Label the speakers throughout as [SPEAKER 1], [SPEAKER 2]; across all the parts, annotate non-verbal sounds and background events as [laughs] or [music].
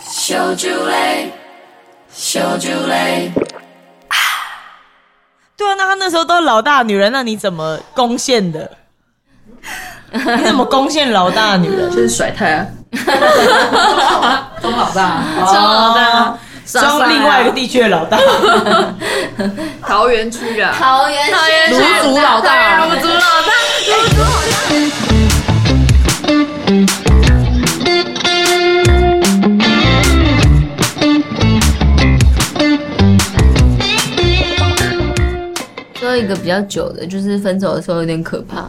[SPEAKER 1] 小酒类，小酒类。
[SPEAKER 2] 对啊，那他那时候都是老大女人，那你怎么攻陷的？ [laughs] 你怎么攻陷老大女人？
[SPEAKER 3] 就是甩太啊，中老 [laughs] 大，
[SPEAKER 2] 装老
[SPEAKER 3] 大，
[SPEAKER 2] 啊装另外一个地区的老大，
[SPEAKER 3] 桃园区的啊，
[SPEAKER 1] 桃园桃园
[SPEAKER 3] 卢祖老大，卢祖老大，
[SPEAKER 4] 说一个比较久的，就是分手的时候有点可怕。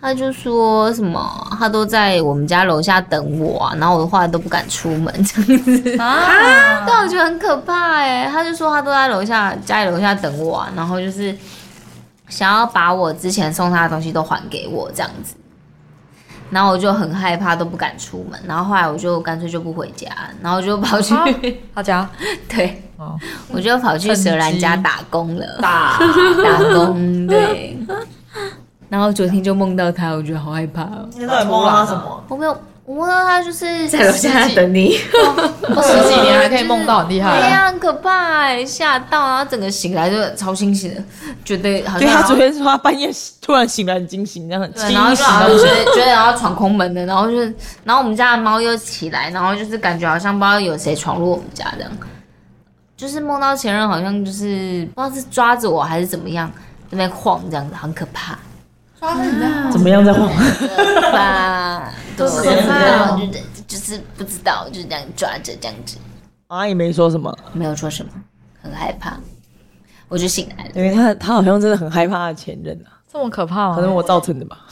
[SPEAKER 4] 他就说什么，他都在我们家楼下等我啊，然后我的话都不敢出门这样子啊，但我觉得很可怕哎、他就说他都在楼下家里楼下等我啊，然后就是想要把我之前送他的东西都还给我这样子，然后我就很害怕，都不敢出门，然后后来我就干脆就不回家，然后就跑去、 [laughs]
[SPEAKER 3] 他家
[SPEAKER 4] 对，
[SPEAKER 2] 哦
[SPEAKER 4] 我就跑去蛇兰家打工了。
[SPEAKER 3] 大，
[SPEAKER 4] 打工，对。然后昨天就梦到他，我觉得好害怕哦。
[SPEAKER 2] 你到底梦到他什么？
[SPEAKER 4] [laughs] 我没有，我梦到他就是
[SPEAKER 3] 在楼下 [laughs] 等你，
[SPEAKER 4] 十
[SPEAKER 5] 十几年还可以梦到，很厉害
[SPEAKER 4] 对
[SPEAKER 5] 了。
[SPEAKER 4] 呀，很可怕哎，吓到，然后整个醒来就超清醒的，觉得好像
[SPEAKER 2] 对他昨天说他半夜突然醒来很惊醒，这样很清
[SPEAKER 4] 对然后就
[SPEAKER 2] 醒。
[SPEAKER 4] 好像觉得觉得要闯空门的，然后就是，然后我们家的猫又起来，然后就是感觉好像不知道有谁闯入我们家这样，就是梦到前任好像就是不知道是抓着我还是怎么样，在那边晃这样子，很可怕。
[SPEAKER 2] 怎么样在晃？
[SPEAKER 4] 吧，都是
[SPEAKER 2] 这样
[SPEAKER 4] 就啊就是不知道，就是这样抓着这样子，
[SPEAKER 2] 阿姨没说什么，
[SPEAKER 4] 没有说什么，很害怕，我就醒来了。
[SPEAKER 2] 因为他他好像真的很害怕他的前任啊，
[SPEAKER 5] 这么可怕
[SPEAKER 2] 可
[SPEAKER 5] 吗？
[SPEAKER 2] 能我造成的吧。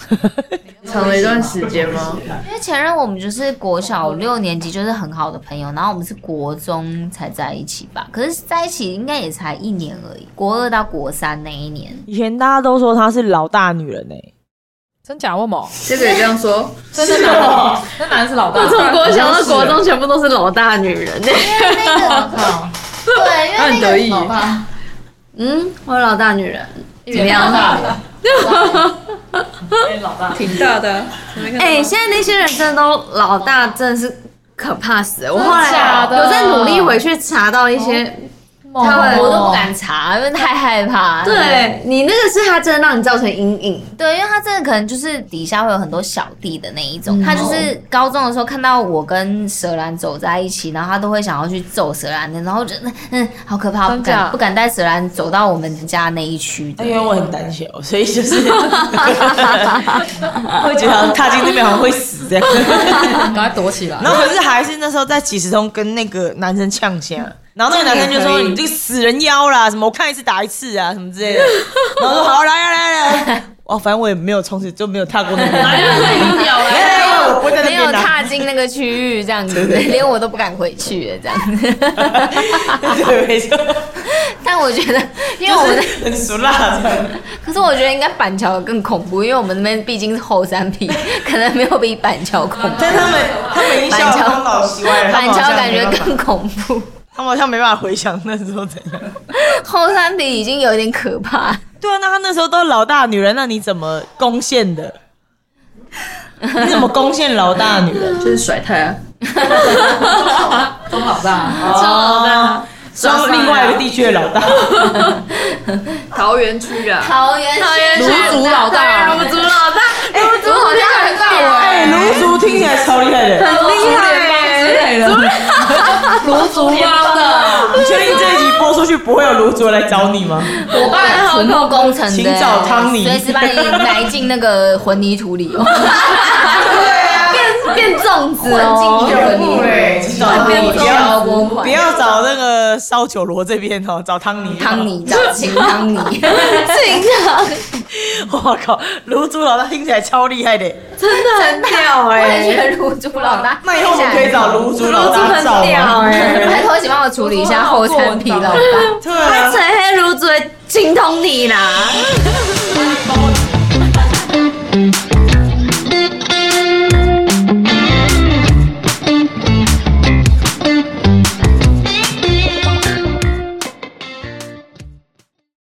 [SPEAKER 3] 长了一段时间吗？
[SPEAKER 4] 因为前任我们就是国小六年级就是很好的朋友，然后我们是国中才在一起吧，可是在一起应该也才一年而已，国二到国三那一年，
[SPEAKER 2] 以前大家都说她是老大女人哎、
[SPEAKER 5] 真假问某？
[SPEAKER 3] 这个也这样说，
[SPEAKER 5] 真的假？那男的是老大。
[SPEAKER 3] 从国小到国中全部都是老大女人呢，
[SPEAKER 1] 对，因为
[SPEAKER 3] 他
[SPEAKER 5] 哎
[SPEAKER 3] 很得意，
[SPEAKER 1] 嗯，我有老大女人，
[SPEAKER 5] 怎么样？老大，
[SPEAKER 3] 挺大的啊，
[SPEAKER 1] 哎、现在那些人真的都老大，真的是可怕死了。我后来
[SPEAKER 5] 假的哦
[SPEAKER 1] 有在努力回去查到一些，
[SPEAKER 5] 他
[SPEAKER 1] 们
[SPEAKER 4] 我都不敢查，因为太害怕。
[SPEAKER 1] 对你那个是他真的让你造成阴影，
[SPEAKER 4] 对，因为他真的可能就是底下会有很多小弟的那一
[SPEAKER 1] 嗯
[SPEAKER 4] 种，他
[SPEAKER 1] 哦
[SPEAKER 4] 就是高中的时候看到我跟蛇兰走在一起，然后他都会想要去揍蛇兰的，然后就嗯，好可怕，不
[SPEAKER 5] 真假哎
[SPEAKER 4] 敢不敢带蛇兰走到我们家那一区的
[SPEAKER 2] 哎因。为我很胆小，所以就是 [laughs] 会觉得好像踏进这边好像会死这样。
[SPEAKER 5] 赶快躲起来。
[SPEAKER 2] [laughs] 然后可是还是那时候在几十通跟那个男生呛下， [laughs] 然后那个男生就说：“你这个死人妖啦，什么我看一次打一次啊，什么之 [laughs] 类的。”然后说：“好，来啊来啊来啊。” [laughs] 哦，反正我也没有从此 [laughs] 就没有踏过那个地方。没有我不会在那
[SPEAKER 4] 没有
[SPEAKER 2] 边啊
[SPEAKER 4] 踏进那个区域，这样子，连我都不敢回去了，这样子。
[SPEAKER 2] [laughs] 对，没错，
[SPEAKER 4] [laughs] 但我觉得，因为我们的，
[SPEAKER 2] 很熟辣 [laughs] 的。
[SPEAKER 4] 可是我觉得应该板桥更恐怖，因为我们那边毕竟是后山皮， [laughs] 可能没有比板桥恐怖。
[SPEAKER 2] 但他们他们已经笑得东倒西歪了，他
[SPEAKER 4] 板
[SPEAKER 2] 们
[SPEAKER 4] 桥
[SPEAKER 2] 好像
[SPEAKER 4] 感
[SPEAKER 2] 没
[SPEAKER 4] 觉
[SPEAKER 2] 办法
[SPEAKER 4] 更恐怖。
[SPEAKER 2] 他们好像没办法回想那时候怎样。
[SPEAKER 4] 后山比已经有点可怕，
[SPEAKER 2] 对啊，那他那时候都是老大女人，那你怎么攻陷的？你怎么攻陷老大女人？
[SPEAKER 3] 就是甩太啊，中老大，
[SPEAKER 2] 哦，装另外一个地区的老大，
[SPEAKER 3] 桃园区的啊，
[SPEAKER 1] 桃园桃园
[SPEAKER 5] 卢祖
[SPEAKER 2] 啊
[SPEAKER 5] 老大，
[SPEAKER 3] 卢祖老大，卢祖好像很大
[SPEAKER 2] 哎，卢竹听起来超厉害
[SPEAKER 4] 欸
[SPEAKER 2] 的。
[SPEAKER 3] 很厉害之类的，
[SPEAKER 5] 卢竹猫的，
[SPEAKER 2] 你确定这一集播出去不会有卢竹来找你吗？
[SPEAKER 4] 我爸土木工程的，
[SPEAKER 2] 请找汤尼
[SPEAKER 4] 随时把你埋进那个混凝土里哦，变变粽子哦，混凝土
[SPEAKER 2] 对，请找汤尼，不
[SPEAKER 4] 交
[SPEAKER 2] 要
[SPEAKER 4] 拨
[SPEAKER 2] 不
[SPEAKER 4] 款，
[SPEAKER 2] 要找那个烧酒罗这边哦，找汤尼。
[SPEAKER 4] 汤，尼找请汤尼，请汤尼，
[SPEAKER 2] 我靠，卢竹老大听起来超厉害的。
[SPEAKER 3] 很屌
[SPEAKER 4] 完
[SPEAKER 3] 哎，
[SPEAKER 4] 全入住老大，
[SPEAKER 2] 那以后我们可以找卢竹老大
[SPEAKER 3] 卢
[SPEAKER 2] 找
[SPEAKER 3] 竹很屌
[SPEAKER 2] 吗？
[SPEAKER 4] [laughs] 拜托请帮我处理一下后餐皮老大。
[SPEAKER 2] 对啊，
[SPEAKER 1] 陈黑如嘴精通你啦。